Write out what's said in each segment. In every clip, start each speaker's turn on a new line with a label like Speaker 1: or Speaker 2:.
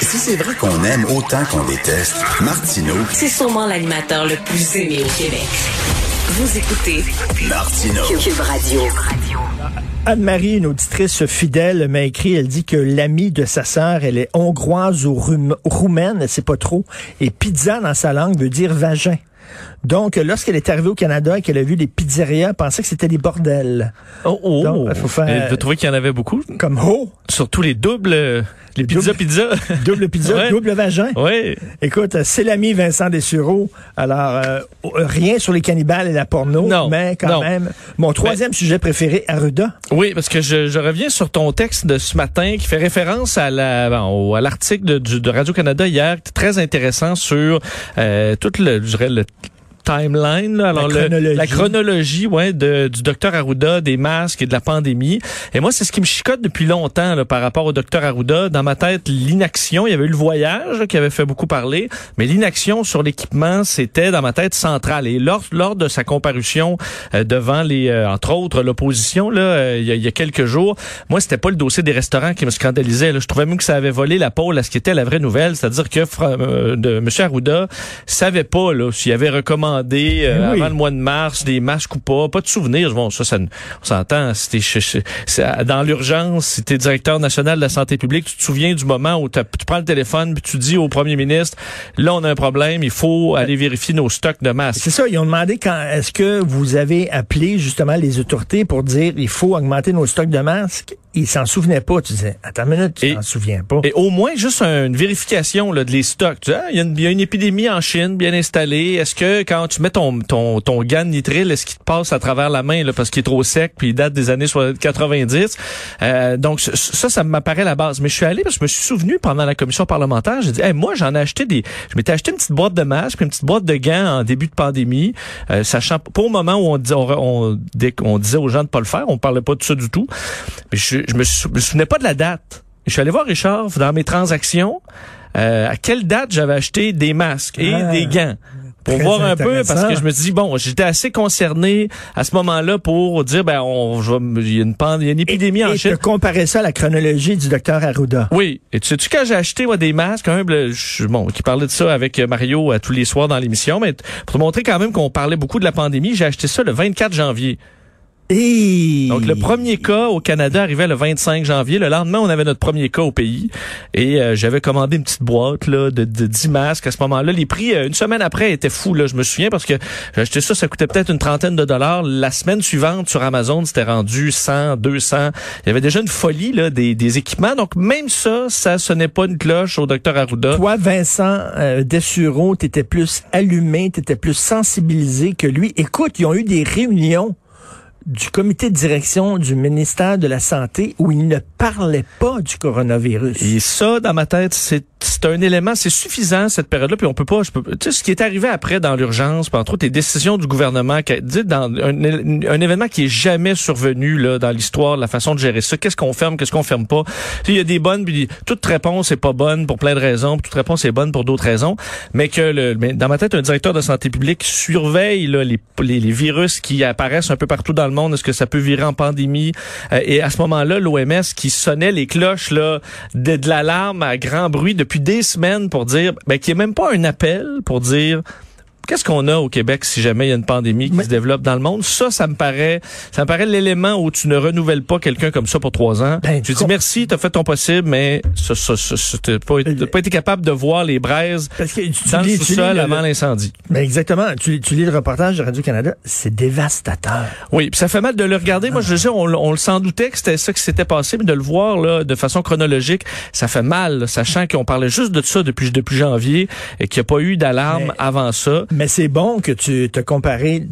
Speaker 1: Si c'est vrai qu'on aime autant qu'on déteste, Martineau,
Speaker 2: C'est sûrement l'animateur le plus aimé au Québec. Vous écoutez
Speaker 1: Martineau,
Speaker 2: Cube Radio.
Speaker 3: Anne-Marie, une auditrice fidèle, m'a écrit, elle dit que l'amie de sa sœur, elle est hongroise ou roum- roumaine, elle sait pas trop, et pizza dans sa langue veut dire vagin. Donc, lorsqu'elle est arrivée au Canada et qu'elle a vu les pizzerias, elle pensait que c'était des bordels.
Speaker 4: Oh, oh.
Speaker 3: Donc, il Hein, faut faire-
Speaker 4: Mais Vous trouvez qu'il y en avait beaucoup?
Speaker 3: Comme, oh,
Speaker 4: Surtout les doubles. euh, Les pizza
Speaker 3: Double-
Speaker 4: pizza.
Speaker 3: double pizza,
Speaker 4: Ouais. Oh.
Speaker 3: double vagin.
Speaker 4: oui.
Speaker 3: Écoute, euh, c'est l'ami Vincent Dessureau. Alors, euh, rien sur les cannibales et la porno,
Speaker 4: Non,
Speaker 3: mais quand
Speaker 4: non.
Speaker 3: même. Mon troisième sujet préféré, Arruda.
Speaker 4: Oui, parce que je, je reviens sur ton texte de ce matin qui fait référence à la bon, au- à l'article de, du- de Radio Canada hier, qui est très intéressant sur euh, tout le je dirais le timeline, là. alors le-
Speaker 3: chronologie.
Speaker 4: la chronologie ouais, de- du docteur Arruda, des masques et de la pandémie. Et moi, c'est ce qui me chicote depuis longtemps là, par rapport au docteur Arruda. Dans ma tête, l'inaction, il y avait eu le voyage là, qui avait fait beaucoup parler, mais l'inaction sur l'équipement, c'était dans ma tête centrale. Et lors, lors de sa comparution euh, devant les, euh, entre autres, l'opposition, là, euh, il y, a- il y a quelques jours, moi, c'était pas le dossier des restaurants qui me scandalisait. là. Je trouvais même que ça avait volé la pôle à ce qui était la vraie nouvelle, c'est-à-dire que Fra- euh, de, M. Arruda savait pas là, s'il avait recommandé euh,
Speaker 3: Eh oui.
Speaker 4: avant le mois de mars des masques ou pas. Pas de souvenirs. Bon, ça, ça ne- on s'entend. Si t'es ch- ch- c'est, euh, dans l'urgence, si tu es directeur national de la santé publique, tu te souviens du moment où t'as- tu prends le téléphone puis tu dis au premier ministre, là, on a un problème, il faut aller vérifier nos stocks de masques.
Speaker 3: C'est ça, ils ont demandé quand est-ce que vous avez appelé justement les autorités pour dire il faut augmenter nos stocks de masques. Ils s'en souvenaient pas. Tu disais, attends une minute, tu
Speaker 4: Et-
Speaker 3: t'en souviens pas.
Speaker 4: Et au moins juste un- une vérification là, de les stocks. Tu vois, il, y a une, il y a une épidémie en Chine bien installée. Est-ce que quand tu mets ton ton ton gant de nitril, est-ce qu'il te passe à travers la main là, parce qu'il est trop sec puis il date des années soit- 90 Euh, Donc c- ça, ça m'apparaît la base. Mais je suis allé parce que je me suis souvenu pendant la commission parlementaire, j'ai dit, Hey, moi j'en ai acheté des, je m'étais acheté une petite boîte de masques, puis une petite boîte de gants en début de pandémie, euh, sachant pas au moment où on disait on, on- dès qu'on disait aux gens de pas le faire, on parlait pas de ça du tout. Mais je, je me, sou- me souvenais pas de la date. Je suis allé voir Richard dans mes transactions euh, à quelle date j'avais acheté des masques et
Speaker 3: Ah,
Speaker 4: des gants. Pour
Speaker 3: très
Speaker 4: voir un peu, parce
Speaker 3: intéressant.
Speaker 4: que je me dis, bon, j'étais assez concerné à ce moment-là pour dire, ben, on, je vais me- il y a une pandémie, il y a une épidémie en
Speaker 3: Et
Speaker 4: Chine.
Speaker 3: te comparer ça à la chronologie du docteur Arruda.
Speaker 4: Oui. Et tu sais-tu quand j'ai acheté moi, des masques, un bleu- je- bon, qui parlait de ça avec euh, Mario euh, tous les soirs dans l'émission, mais t- pour te montrer quand même qu'on parlait beaucoup de la pandémie, j'ai acheté ça le 24 janvier.
Speaker 3: Et
Speaker 4: Donc le premier cas au Canada arrivait le 25 janvier. Le lendemain, on avait notre premier cas au pays et euh, j'avais commandé une petite boîte là de, de 10 masques à ce moment-là. Les prix euh, une semaine après étaient fous là, je me souviens parce que j'ai acheté ça, ça coûtait peut-être une trentaine de dollars. La semaine suivante sur Amazon, c'était rendu 100, 200. Il y avait déjà une folie là des, des équipements. Donc même ça, ça sonnait pas une cloche au docteur Arruda.
Speaker 3: Toi, Vincent euh, Dessureau, t'étais plus allumé, t'étais plus sensibilisé que lui. Écoute, ils ont eu des réunions du comité de direction du ministère de la Santé où ils ne parlaient pas du coronavirus.
Speaker 4: Et ça, dans ma tête, c'est c'est un élément, c'est suffisant cette période-là, puis on peut pas, je peux, tu sais, ce qui est arrivé après dans l'urgence, puis entre autres les décisions du gouvernement, qui a- dites dans un, é- un événement qui est jamais survenu là dans l'histoire, la façon de gérer ça, qu'est-ce qu'on ferme, qu'est-ce qu'on ferme pas. Tu sais, il y a des bonnes, puis toute réponse est pas bonne pour plein de raisons, puis toute réponse est bonne pour d'autres raisons, mais que le, mais dans ma tête, un directeur de santé publique surveille là, les, les, les virus qui apparaissent un peu partout dans le monde, est-ce que ça peut virer en pandémie, Euh, et à ce moment-là, l'OMS qui sonnait les cloches là de, de l'alarme à grand bruit depuis des semaines pour dire, ben, qu'il n'y ait même pas un appel pour dire qu'est-ce qu'on a au Québec si jamais il y a une pandémie qui
Speaker 3: Mais-
Speaker 4: se développe dans le monde. Ça, ça me paraît, ça me paraît l'élément où tu ne renouvelles pas quelqu'un comme ça pour trois ans.
Speaker 3: Ben,
Speaker 4: tu dis
Speaker 3: com-
Speaker 4: merci, t'as fait ton possible, mais ça, ça, ça, ça, t'as
Speaker 3: Euh,
Speaker 4: pas, t'as pas été capable de voir les braises
Speaker 3: Parce que tu- tu
Speaker 4: dans le
Speaker 3: lis- tu lis
Speaker 4: sous-sol
Speaker 3: le-
Speaker 4: avant l'incendie.
Speaker 3: Mais exactement. Tu, tu lis le reportage de Radio-Canada, c'est dévastateur.
Speaker 4: Oui, puis ça fait mal de le regarder. Moi, je sais, on, on le s'en doutait que c'était ça qui s'était passé, mais de le voir là, de façon chronologique, ça fait mal, là, sachant qu'on parlait juste de ça depuis, depuis janvier et qu'il n'y a pas eu d'alarme
Speaker 3: Mais-
Speaker 4: avant ça.
Speaker 3: Mais c'est bon que tu te comparé,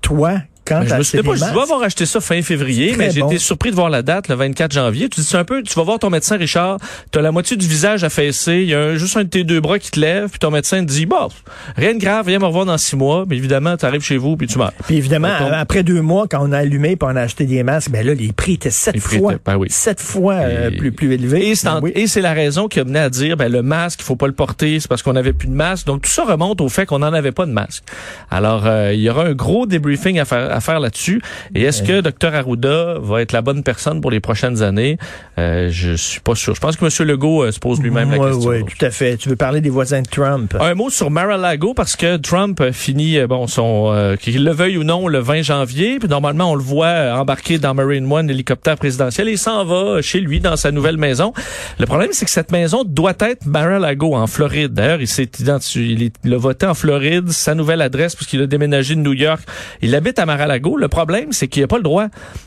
Speaker 3: toi, quand
Speaker 4: Mais
Speaker 3: tu
Speaker 4: je me souviens pas, je dois avoir acheté ça fin février,
Speaker 3: Très
Speaker 4: mais j'ai
Speaker 3: bon.
Speaker 4: été surpris de voir la date, le 24 janvier. Tu dis, c'est un peu, tu vas voir ton médecin, Richard, t'as la moitié du visage affaissé, il y a un- juste un de tes deux bras qui te lève, puis ton médecin te dit, bon, rien de grave, viens me revoir dans six mois, mais évidemment, t'arrives chez vous, puis tu meurs.
Speaker 3: Puis évidemment,
Speaker 4: Mettons.
Speaker 3: après deux mois, quand on a allumé et on a acheté des masques, ben là, les prix étaient sept
Speaker 4: Les prix
Speaker 3: fois,
Speaker 4: étaient- ben oui.
Speaker 3: sept fois euh,
Speaker 4: Et-
Speaker 3: plus, plus élevés.
Speaker 4: Et c'est, en-
Speaker 3: Ben oui.
Speaker 4: et c'est la raison qui a mené à dire, ben, le masque, il faut pas le porter, c'est parce qu'on n'avait plus de masque. Donc, tout ça remonte au fait qu'on n'en avait pas de masque. Alors, euh, il y aura un gros débriefing à faire, à à faire là-dessus. Et est-ce que Dr Arruda va être la bonne personne pour les prochaines années? Euh, je suis pas sûr. Je pense que M. Legault euh, se pose lui-même la
Speaker 3: Ouais,
Speaker 4: question.
Speaker 3: ouais, tout à fait. Tu veux parler des voisins de Trump.
Speaker 4: Un mot sur Mar-a-Lago parce que Trump euh, finit, euh, bon, son, euh, qu'il le veuille ou non, le 20 janvier. Puis normalement, on le voit euh, embarqué dans Marine One, l'hélicoptère présidentiel, et il s'en va euh, chez lui dans sa nouvelle maison. Le problème, c'est que cette maison doit être Mar-a-Lago en Floride. D'ailleurs, il s'est identifié, il, est- il a voté en Floride, sa nouvelle adresse puisqu'il a déménagé de New York. Il habite à Mar-a-Lago. Le problème, c'est qu'il n'a pas le droit.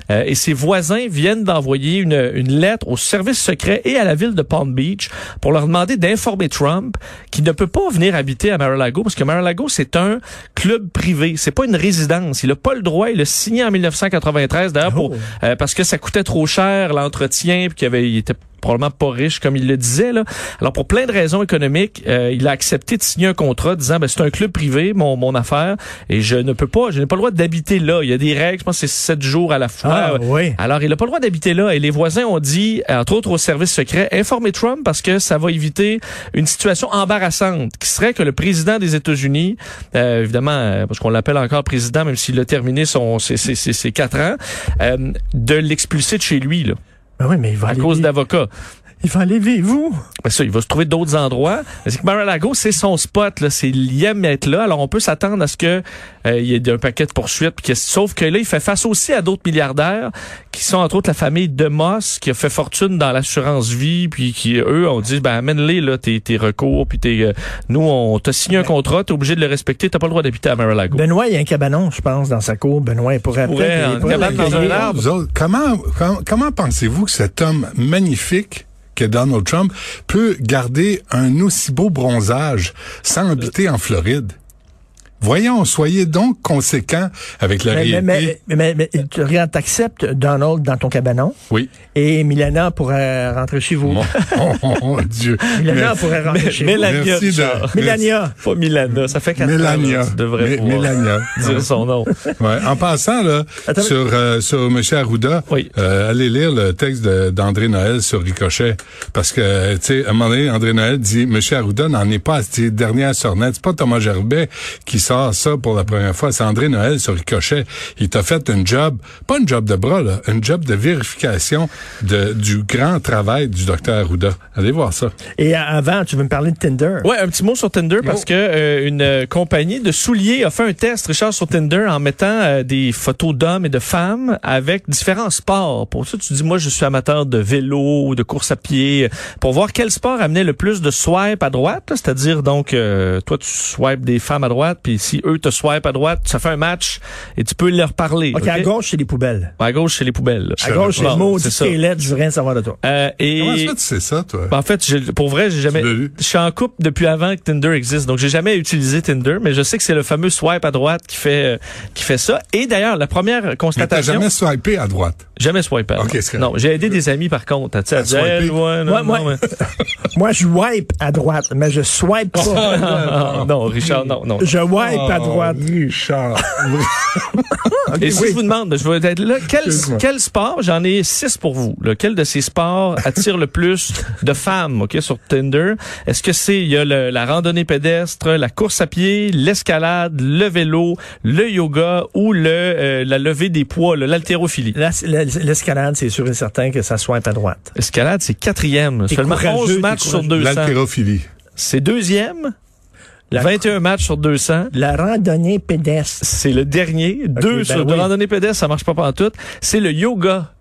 Speaker 4: Euh, et ses voisins viennent d'envoyer une, une lettre au service secret et à la ville de Palm Beach pour leur demander d'informer Trump qui ne peut pas venir habiter à Mar-a-Lago parce que Mar-a-Lago c'est un club privé, c'est pas une résidence. Il a pas le droit. Il a signé en 1993 d'ailleurs pour
Speaker 3: Oh.
Speaker 4: euh, parce que ça coûtait trop cher l'entretien puis qu'il avait il était probablement pas riche comme il le disait là. Alors pour plein de raisons économiques, euh, il a accepté de signer un contrat disant ben c'est un club privé mon mon affaire et je ne peux pas je n'ai pas le droit d'habiter là. Il y a des règles, je pense que c'est sept jours à la fois.
Speaker 3: Ah, oui.
Speaker 4: Alors, il n'a pas le droit d'habiter là et les voisins ont dit, entre autres au service secret, informez Trump parce que ça va éviter une situation embarrassante qui serait que le président des États-Unis, euh, évidemment, euh, parce qu'on l'appelle encore président même s'il a terminé son, ses, ses- ses- ses quatre ans, euh, de l'expulser de chez lui là,
Speaker 3: Ben oui, mais il va
Speaker 4: à
Speaker 3: aller
Speaker 4: cause
Speaker 3: vivre-
Speaker 4: d'avocats.
Speaker 3: Il va aller vivre vous.
Speaker 4: Ben ça, il va se trouver d'autres endroits. Mais C'est que Mar-a-Lago, c'est son spot, là. C'est, il aime être là. Alors, on peut s'attendre à ce que, euh, il y ait un paquet de poursuites. puis que- sauf que là, il fait face aussi à d'autres milliardaires qui sont, entre autres, la famille de Moss, qui a fait fortune dans l'assurance vie, puis qui, eux, ont dit, ben, amène-les, là, tes, tes recours, puis tes, euh, nous, on t'a signé un contrat, t'es obligé de le respecter, t'as pas le droit d'habiter à Mar-a-Lago.
Speaker 3: Benoît, il y a un cabanon, je pense, dans sa cour. Benoît, il pourrait
Speaker 4: pourrais,
Speaker 3: appeler- il
Speaker 4: en
Speaker 3: pourrait
Speaker 4: cabane dans
Speaker 3: l'accueillir.
Speaker 4: un arbre.
Speaker 5: Vous autres, comment, comment, comment pensez-vous que cet homme magnifique que Donald Trump peut garder un aussi beau bronzage sans
Speaker 4: Euh.
Speaker 5: habiter en Floride? Voyons, soyez donc conséquents avec la
Speaker 3: Mais,
Speaker 5: réalité.
Speaker 3: mais, mais, mais- mais tu regardes, t'acceptes Donald dans ton cabanon
Speaker 5: oui.
Speaker 3: et Milana pourrait rentrer chez vous.
Speaker 5: Mon, oh, oh, Dieu.
Speaker 3: Milana
Speaker 5: Merci,
Speaker 3: pourrait rentrer chez vous.
Speaker 4: Mélania,
Speaker 5: merci
Speaker 4: Richard.
Speaker 5: de- merci.
Speaker 3: Milania.
Speaker 4: Pas Milana. Ça fait quatre ans,
Speaker 5: Mélania.
Speaker 4: là, tu devrais
Speaker 5: Mé-
Speaker 4: pouvoir
Speaker 5: Mélania.
Speaker 4: dire son nom.
Speaker 5: Ouais. En passant là,
Speaker 3: Attends.
Speaker 5: sur euh, sur M. Arruda,
Speaker 4: Oui.
Speaker 5: euh, allez lire le texte de- d'André Noël sur Ricochet, parce que tu sais, à un moment donné, André Noël dit M. Arruda n'en est pas à ses dernières sornettes. C'est pas Thomas Gerbet qui sort ça pour la première fois, c'est André Noël sur Ricochet. Il t'a fait une job, pas une job de bras là, une job de vérification de du grand travail du docteur Arruda. Allez voir ça.
Speaker 3: Et a- avant, tu veux me parler de Tinder.
Speaker 4: Ouais, un petit mot sur Tinder parce que euh, une euh, compagnie de souliers a fait un test Richard sur Tinder en mettant euh, des photos d'hommes et de femmes avec différents sports. Pour ça, tu dis moi je suis amateur de vélo ou de course à pied pour voir quel sport amenait le plus de swipe à droite, là. c'est-à-dire donc euh, toi tu swipes des femmes à droite puis si eux te swipent à droite, ça fait un match et tu peux leur parler.
Speaker 3: OK, à
Speaker 4: ok?
Speaker 3: gauche, c'est les poubelles.
Speaker 4: À gauche, c'est les poubelles. là.
Speaker 3: À gauche, c'est le
Speaker 4: Bon,
Speaker 3: mot,
Speaker 4: c'est ça.
Speaker 3: c'est lettres, je veux rien savoir de toi.
Speaker 4: Euh,
Speaker 5: Comment
Speaker 4: et
Speaker 5: ça tu sais ça toi
Speaker 4: ben, En fait, j'ai- pour vrai, j'ai jamais.
Speaker 5: l'as lu?
Speaker 4: Je suis en couple depuis avant que Tinder existe, donc j'ai jamais utilisé Tinder, mais je sais que c'est le fameux swipe à droite qui fait euh, qui fait ça. Et d'ailleurs, la première
Speaker 5: Mais t'as
Speaker 4: constatation,
Speaker 5: jamais swipé à droite.
Speaker 4: jamais swipe.
Speaker 5: Ok, c'est correct.
Speaker 4: non, j'ai aidé des amis par contre. à- Tu sais, à
Speaker 5: À
Speaker 4: dire,
Speaker 5: swiper.
Speaker 4: elle, ouais, non,
Speaker 3: Ouais,
Speaker 4: non,
Speaker 3: ouais.
Speaker 4: mais-
Speaker 3: Moi, je wipe à droite, mais je swipe pas.
Speaker 4: Ah, non, Richard, non, non.
Speaker 3: je wipe à droite.
Speaker 5: Oh, Richard.
Speaker 4: Et si je vous demande, je vais être là, quel,
Speaker 5: Excuse-moi.
Speaker 4: quel sport, j'en ai six pour vous, lequel de ces sports attire le plus de femmes, OK, sur Tinder? Est-ce que c'est, il y a le- la randonnée pédestre, la course à pied, l'escalade, le vélo, le yoga ou le, euh, la levée des poids, le- l'haltérophilie?
Speaker 3: Là, c'est- la- L'escalade, c'est sûr et certain que ça swipe à droite.
Speaker 4: Escalade, c'est quatrième.
Speaker 3: T'es
Speaker 4: Seulement
Speaker 3: courageux,
Speaker 4: 11
Speaker 3: t'es
Speaker 4: matchs sur
Speaker 3: courageux.
Speaker 4: 200.
Speaker 5: L'haltérophilie.
Speaker 4: C'est deuxième.
Speaker 3: La-
Speaker 4: 21 matchs sur 200.
Speaker 3: La randonnée pédestre.
Speaker 4: C'est le dernier. Deux
Speaker 3: ben
Speaker 4: sur
Speaker 3: oui.
Speaker 4: de randonnée pédestre, ça marche pas pantoute. C'est le yoga.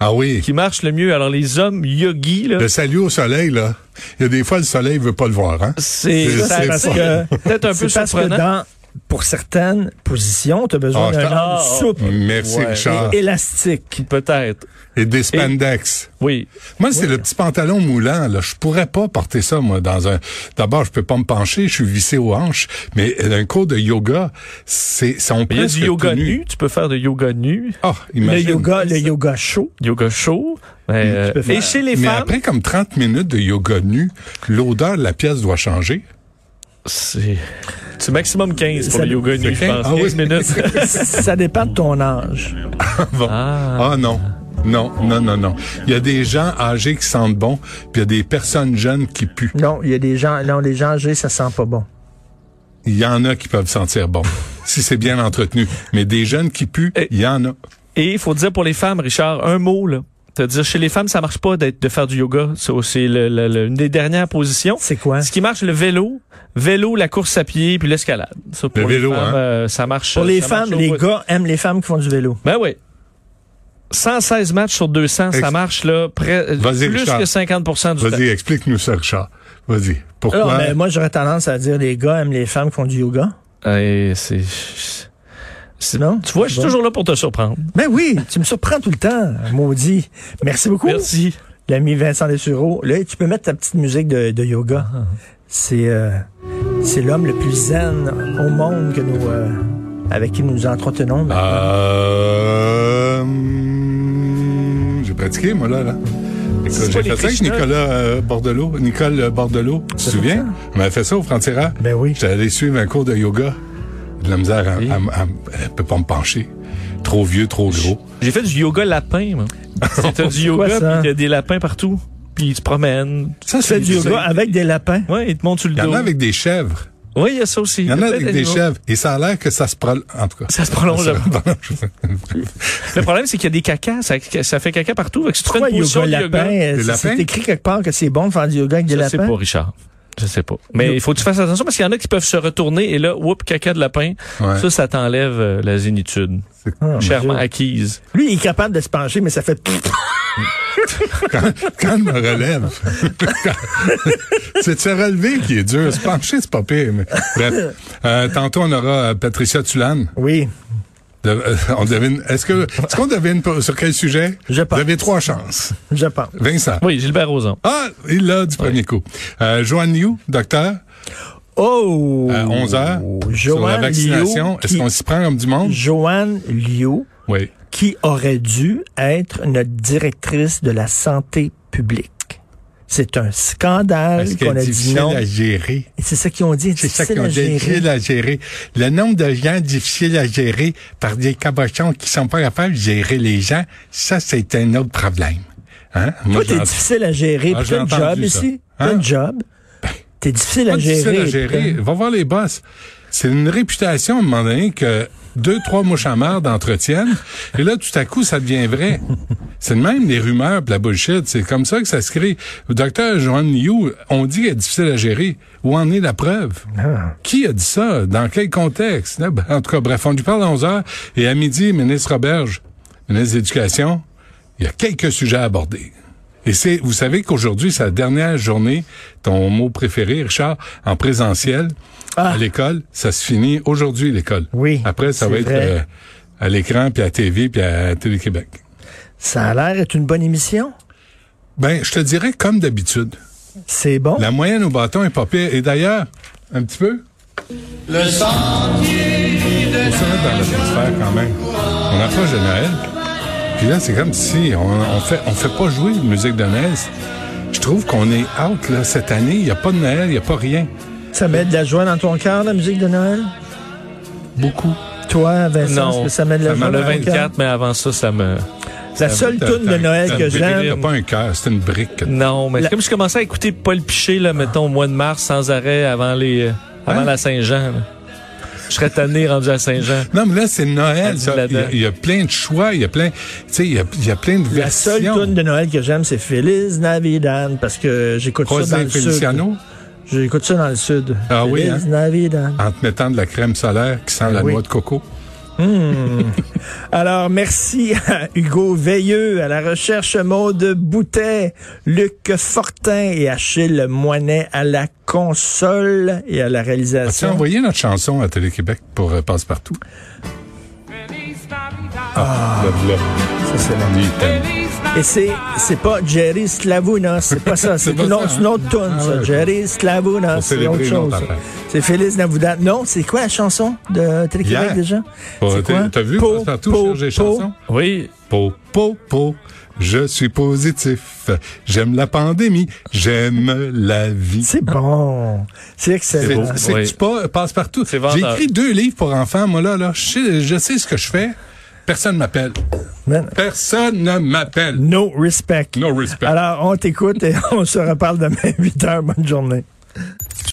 Speaker 5: Ah oui.
Speaker 4: qui marche le mieux. Alors les hommes yogis là,
Speaker 5: Le salut au soleil, là. Il y a des fois, le soleil veut pas le voir, hein?
Speaker 4: c'est
Speaker 5: c'est-
Speaker 4: ça,
Speaker 5: c'est
Speaker 4: parce
Speaker 5: pas-
Speaker 4: que peut-être un peu
Speaker 3: C'est parce que
Speaker 4: surprenant.
Speaker 3: dans, pour certaines positions, tu as besoin
Speaker 5: Ah, je
Speaker 3: d'un
Speaker 5: t'en-
Speaker 3: genre
Speaker 4: Ah,
Speaker 3: souple
Speaker 5: Merci,
Speaker 4: Ouais.
Speaker 5: Richard.
Speaker 3: et élastique.
Speaker 4: Peut-être.
Speaker 5: Et des spandex.
Speaker 4: Oui.
Speaker 5: Moi, c'est le petit pantalon moulant, là. Je pourrais pas porter ça, moi, dans un... D'abord, je peux pas me pencher, je suis vissé aux hanches. Mais un cours de yoga, c'est... son
Speaker 4: Mais il y a du yoga nu. Tu peux faire de yoga nu,
Speaker 5: Ah,
Speaker 3: Le
Speaker 5: imagine.
Speaker 3: yoga, le yoga chaud.
Speaker 4: yoga chaud. Mais,
Speaker 3: tu
Speaker 4: euh,
Speaker 3: peux faire-
Speaker 4: et chez les
Speaker 5: Mais
Speaker 4: femmes,
Speaker 5: après, comme 30 minutes de yoga nu, l'odeur de la pièce doit changer.
Speaker 4: c'est c'est maximum 15 pour
Speaker 3: Ça-
Speaker 4: le yoga nu, je
Speaker 5: 15?
Speaker 4: pense.
Speaker 5: Ah oui.
Speaker 4: 15 minutes.
Speaker 3: Ça dépend de ton âge.
Speaker 5: Bon.
Speaker 4: Ah.
Speaker 5: Ah. non. Non, non, non, non. Il y a des gens âgés qui sentent bon, puis il y a des personnes jeunes qui puent.
Speaker 3: Non, il y a des gens, non, les gens âgés, ça sent pas bon.
Speaker 5: Il y en a qui peuvent sentir bon. si c'est bien entretenu. Mais des jeunes qui puent,
Speaker 4: Et-
Speaker 5: il y en a.
Speaker 4: Et il faut dire pour les femmes, Richard, un mot, là. C'est-à-dire, chez les femmes, ça marche pas d'être, de faire du yoga. C'est c'est le- le- le- une des dernières positions.
Speaker 3: C'est quoi?
Speaker 4: Ce qui marche, le vélo, vélo, la course à pied, puis l'escalade. Ça, pour
Speaker 5: Le
Speaker 4: les
Speaker 5: vélo,
Speaker 4: femmes,
Speaker 5: hein?
Speaker 4: euh, ça marche.
Speaker 3: Pour les
Speaker 4: ça
Speaker 3: femmes,
Speaker 4: marche au
Speaker 3: les
Speaker 4: bout.
Speaker 3: gars aiment les femmes qui font du vélo.
Speaker 4: Ben oui. 116 matchs sur 200, ça
Speaker 5: Ex-
Speaker 4: marche là près, euh,
Speaker 5: Vas-y,
Speaker 4: plus
Speaker 5: Richard.
Speaker 4: que 50 du temps.
Speaker 5: Vas-y, explique-nous ça, Richard. Vas-y. Pourquoi?
Speaker 3: Alors, ben, moi, j'aurais tendance à dire les gars aiment les femmes qui font du yoga.
Speaker 4: Eh, c'est- c'est-
Speaker 3: Non?
Speaker 4: Tu vois, je suis
Speaker 3: Bon.
Speaker 4: toujours là pour te surprendre.
Speaker 3: Ben oui, tu me surprends tout le temps, maudit. Merci beaucoup,
Speaker 4: Merci.
Speaker 3: l'ami Vincent Dessureau. Là, tu peux mettre ta petite musique de, de yoga. C'est euh, c'est l'homme le plus zen au monde que nous, euh, avec qui nous nous entretenons.
Speaker 4: Ah.
Speaker 5: Euh, hum, J'ai pratiqué, moi, là. là. Écoute,
Speaker 4: C'est pas
Speaker 5: J'ai
Speaker 4: les
Speaker 5: fait ça avec
Speaker 4: Krishna.
Speaker 5: Nicolas euh, Bordelot. Nicole euh, Bordelot, tu te souviens? On avait fait ça au Frontières.
Speaker 3: Ben oui.
Speaker 5: J'étais allé suivre un cours de yoga. De la misère, à- à- à- elle peut pas me pencher. Trop vieux, trop gros.
Speaker 4: J'ai fait du yoga lapin, moi. C'était du yoga,
Speaker 3: quoi,
Speaker 4: puis
Speaker 3: ça?
Speaker 4: il y a des lapins partout. Puis ils se promènent.
Speaker 5: Ça,
Speaker 3: Tu fais du
Speaker 5: ça.
Speaker 3: yoga avec des lapins.
Speaker 4: Ouais, ils te montent sur le
Speaker 5: Il y
Speaker 4: dos.
Speaker 5: en a avec des chèvres.
Speaker 4: Oui, il y a ça aussi.
Speaker 5: Il y en a
Speaker 4: plein
Speaker 5: avec des
Speaker 4: d'animaux.
Speaker 5: chèvres. Et ça a l'air que ça se prolonge. En tout cas.
Speaker 4: Ça se prolonge.
Speaker 5: Ça-
Speaker 4: là. Le problème, c'est qu'il y a des cacas. Ça, ça fait caca partout. Fait que si tu fais
Speaker 3: Pourquoi
Speaker 4: une position
Speaker 3: yoga
Speaker 4: de
Speaker 3: lapin?
Speaker 4: yoga,
Speaker 3: Euh,
Speaker 5: Des
Speaker 3: c'est- C'est
Speaker 5: lapins?
Speaker 3: écrit quelque part que c'est bon de faire du yoga avec des
Speaker 4: je sais
Speaker 3: lapins.
Speaker 4: pas, Richard. Je sais pas. Mais il faut que tu fasses attention parce qu'il y en a qui peuvent se retourner et là, whoop, caca de lapin.
Speaker 5: Ouais.
Speaker 4: Ça, ça t'enlève euh, la zénitude.
Speaker 3: Ah, mon
Speaker 4: Chèrement
Speaker 3: Dieu.
Speaker 4: acquise.
Speaker 3: Lui, il est capable de se pencher, mais ça fait...
Speaker 5: quand, quand je me relève, Quand- c'est de se relever qui est dur. Se pencher, c'est pas pire. mais- Bref, Euh, tantôt, on aura euh, Patricia Tulane.
Speaker 3: Oui.
Speaker 5: De- euh, on devine, est-ce que, est-ce qu'on devine pas sur quel sujet?
Speaker 3: Je pense.
Speaker 5: Vous avez trois chances.
Speaker 3: Je pense.
Speaker 5: Vincent.
Speaker 4: Oui, Gilbert Rozon.
Speaker 5: Ah, il l'a du premier coup. Euh, Joanne Liu, docteur,
Speaker 3: Oh!
Speaker 5: à 11 heures, sur la
Speaker 3: Joanne
Speaker 5: vaccination.
Speaker 3: Liu
Speaker 5: Est-ce
Speaker 3: qui-
Speaker 5: qu'on s'y prend comme du monde?
Speaker 3: Joanne Liu,
Speaker 5: Oui.
Speaker 3: qui aurait dû être notre directrice de la santé publique. C'est un scandale
Speaker 5: Est-ce qu'elle
Speaker 3: qu'on a
Speaker 5: est
Speaker 3: dit
Speaker 5: difficile
Speaker 3: non.
Speaker 5: à gérer?
Speaker 3: Et C'est ça qu'ils ont dit.
Speaker 5: C'est ça
Speaker 3: difficile
Speaker 5: qu'on
Speaker 3: à
Speaker 5: dit,
Speaker 3: gérer.
Speaker 5: difficile à gérer. Le nombre de gens difficiles à gérer par des cabochons qui sont pas capables de gérer les gens, ça, c'est un autre problème. Hein? Moi,
Speaker 3: Toi, t'es
Speaker 5: j'en-
Speaker 3: difficile à gérer.
Speaker 5: Ah,
Speaker 3: Puis
Speaker 5: j'ai
Speaker 3: T'as un
Speaker 5: entendu
Speaker 3: job
Speaker 5: ça.
Speaker 3: ici.
Speaker 5: Hein?
Speaker 3: T'as un job. T'es difficile
Speaker 5: pas
Speaker 3: à gérer.
Speaker 5: difficile à gérer. hein. Va voir les boss. C'est une réputation, à un moment donné, que deux, trois mouches à marde entretiennent. Et là, tout à coup, ça devient vrai. C'est de même les rumeurs pis la bullshit. C'est comme ça que ça se crée. Le docteur Joanne Liu, on dit qu'elle est difficile à gérer. Où en est la preuve? Qui a dit ça? Dans quel contexte? Là, ben, En tout cas, bref, on lui parle à 11 heures. Et à midi, ministre Roberge, ministre de l'Éducation, il y a quelques sujets à aborder. Et c'est, vous savez qu'aujourd'hui, c'est la dernière journée, ton mot préféré, Richard, en présentiel, à l'école, ça se finit aujourd'hui, l'école.
Speaker 3: Ah. Oui,
Speaker 5: Après, ça
Speaker 3: c'est
Speaker 5: va être
Speaker 3: vrai.
Speaker 5: euh, à l'écran, puis à TV, puis à Télé-Québec.
Speaker 3: Ça a l'air d'être une bonne émission.
Speaker 5: Ben, je te dirais comme d'habitude.
Speaker 3: C'est bon.
Speaker 5: La moyenne au bâton est pas pire. Et d'ailleurs, un petit peu. Le sentier de dans l'atmosphère quand même. On approche de Noël. Puis là, c'est comme si on, on fait on fait pas jouer de musique de Noël. Je trouve qu'on est out là cette année. Il y a pas de Noël, il y a pas rien.
Speaker 3: Ça met de la joie dans ton cœur, la musique de Noël?
Speaker 5: Beaucoup.
Speaker 3: Toi, Vincent, est-ce que ça met de la
Speaker 5: ça
Speaker 3: joie
Speaker 5: m'a
Speaker 4: Le
Speaker 3: dans ton cœur?
Speaker 4: 24, mais avant ça, ça me...
Speaker 3: La seule
Speaker 5: T'as-
Speaker 3: tune de
Speaker 5: t'as-
Speaker 3: Noël
Speaker 5: t'as
Speaker 3: que
Speaker 5: une brique,
Speaker 3: j'aime,
Speaker 5: T'as pas un cœur, c'est une brique. que t'as.
Speaker 4: Non, mais
Speaker 3: La-
Speaker 4: c'est comme si je commençais à écouter Paul Piché, là, mettons, au mois de mars, sans arrêt, avant les, euh, avant
Speaker 5: Hein?
Speaker 4: la Saint-Jean. là. Je serais tanné rendu à Saint-Jean.
Speaker 5: Non, mais là, c'est Noël.
Speaker 4: Elle dit
Speaker 5: ça. Il y,
Speaker 4: là-dedans.
Speaker 5: a- il y a plein de choix, il y a plein, tu sais, il y a, il y a plein de
Speaker 3: La seule
Speaker 5: versions.
Speaker 3: tune de Noël que j'aime, c'est Feliz Navidad, parce que j'écoute ça dans
Speaker 5: José
Speaker 3: le sud.
Speaker 5: Feliciano.
Speaker 3: J'écoute ça dans le sud.
Speaker 5: Ah oui,
Speaker 3: Feliz
Speaker 5: hein?
Speaker 3: Navidad.
Speaker 5: en te mettant de la crème solaire qui sent la
Speaker 3: Oui.
Speaker 5: noix de coco.
Speaker 3: Alors, merci à Hugo Veilleux, à la recherche Maude Boutet, Luc Fortin et Achille Moinet à la console et à la
Speaker 5: As-tu
Speaker 3: réalisation.
Speaker 5: envoyé notre chanson à Télé-Québec pour euh, Passe-Partout?
Speaker 6: Feliz Navidad.
Speaker 5: Ah,
Speaker 3: Ça, c'est
Speaker 6: Feliz
Speaker 3: bon.
Speaker 6: Navidad.
Speaker 3: Et c'est, c'est pas Jerry Slavuna, c'est pas ça. C'est,
Speaker 5: C'est pas
Speaker 3: une,
Speaker 5: ça,
Speaker 3: autre- c'est une autre tune,
Speaker 5: hein?
Speaker 3: ça.
Speaker 5: Ah ouais.
Speaker 3: Jerry Slavuna,
Speaker 5: Pour
Speaker 3: c'est
Speaker 5: célébrer
Speaker 3: autre
Speaker 5: une autre
Speaker 3: chose.
Speaker 5: affaire.
Speaker 3: C'est Félix Navidad. Non, c'est quoi la chanson de Télé-Québec
Speaker 5: Hier.
Speaker 3: déjà?
Speaker 5: Pour-
Speaker 3: c'est
Speaker 5: t'as-
Speaker 3: quoi?
Speaker 5: t'as vu
Speaker 3: Po,
Speaker 5: Passe-Partout
Speaker 3: po,
Speaker 5: cherche des
Speaker 3: po.
Speaker 5: chansons?
Speaker 4: Oui.
Speaker 5: Po, po, po, je suis positif. J'aime la pandémie, j'aime la vie.
Speaker 3: C'est bon. C'est excellent.
Speaker 5: C'est- C'est
Speaker 4: Oui.
Speaker 5: tu pas Passe-Partout.
Speaker 4: C'est vendeur.
Speaker 5: J'ai écrit deux livres pour enfants, moi, là, là. Je sais, je sais ce que je fais. Personne m'appelle.
Speaker 3: Man,
Speaker 5: Personne ne m'appelle.
Speaker 3: No respect.
Speaker 5: No respect.
Speaker 3: Alors, on t'écoute et on se reparle demain 8 h. Bonne journée.